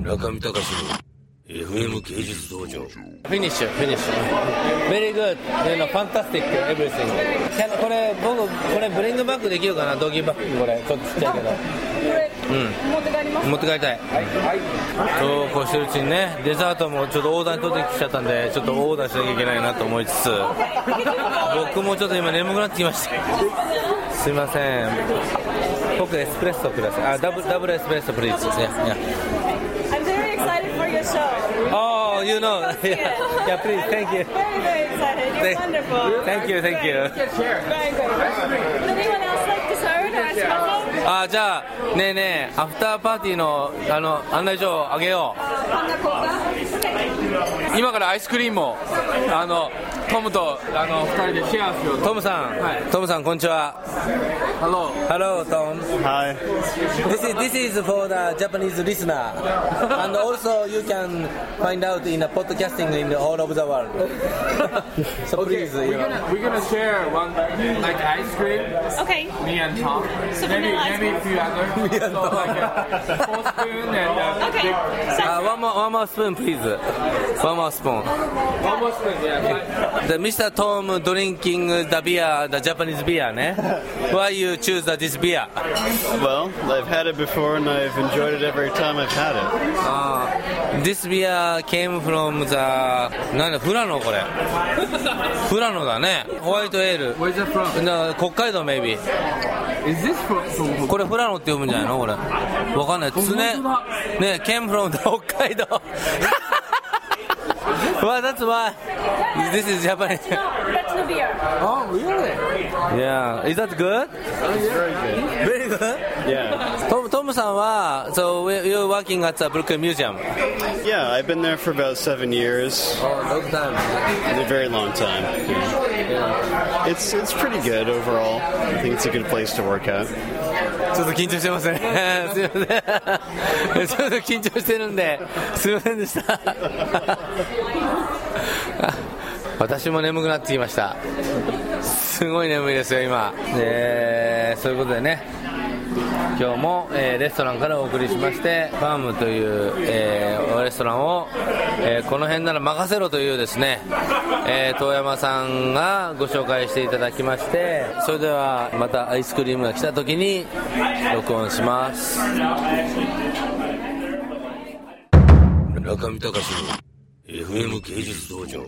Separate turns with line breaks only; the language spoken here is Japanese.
中見隆の FM 芸術道場
Finisher, finisher. Very good. You know, fantastic everything. キャこれ、僕、これブリングバックできるかなドギーバッグこれ。ちょっとちっちゃいけど。
これ、持って帰ります
持って帰りたい。そうこうしてるうちにね、デザートもちょっとオーダー取ってきちゃったんで、ちょっとオーダーしなきゃいけないなと思いつつ、僕もちょっと今眠くなってきました。すいません。僕エスプレッソください。あ、ダブダブルエスプレッソプリーズですね。
I'm very excited for your show
Oh, you know. Yeah, yeah please, thank you.
Very very excited You're
Thank-
wonderful
thank you, thank you.
Great, great. Anyone else like dessert or ice cream?
あーじゃあねえねえアフターパーティーのあの案内所をあげよ
Uh, Okay.
う今からアイスクリームをあのトムとあの二人でシェアしようトムさん、トムさんこんにちは Hello Hello Tom
Hi.
This is this is for the Japanese listener and also you can find out in the podcasting in the all of the world so please you
We're
know.
gonna, we're gonna share one like ice cream,
Okay.
me and Tom.
So
maybe
vanilla ice
maybe
cream.
a few others.
Me and
so
Tom.
like a four spoon and uh,
Okay.
Uh,
So,
one more one more spoon please one more spoon
one more spoon. Yeah.
The Mr. Tom drinking the beer, the Japanese beer, ne? Why you choose the, this beer?
Well, I've had it before and I've enjoyed it every time I've had it.
Uh, this beer came from the なんだ富良野これ。富良野だね。ホワイトエー
Where's it from?
ル。な北海道 maybe。
Is this from? from
これ富良野って読むんじゃないのこれ。わかんない。つね
本当だ。
ね、came from the 北海道。well, that's why Uh, this is Japanese.
that's the beer.
oh, really?
Yeah, is that good?
It's very good.
Very good.
Yeah.
トムトムさんは、so we- you're working at the Brooklyn Museum.
Yeah, I've been there for about seven years.
Oh, long time.
A very long time. It's it's pretty good overall. I think it's a good place to work at.
ちょっと緊張してますね。 すいません。ち ょっと緊張してるんで、すいませんでした。 私も眠くなってきました。すごい眠いですよ、今。えーそういうことでね。今日も、えーレストランからお送りしましてファームという、えーレストランを、えーこの辺なら任せろというですね、えー遠山さんがご紹介していただきましてそれではまたアイスクリームが来た時に録音します
中見隆の FM 芸術道場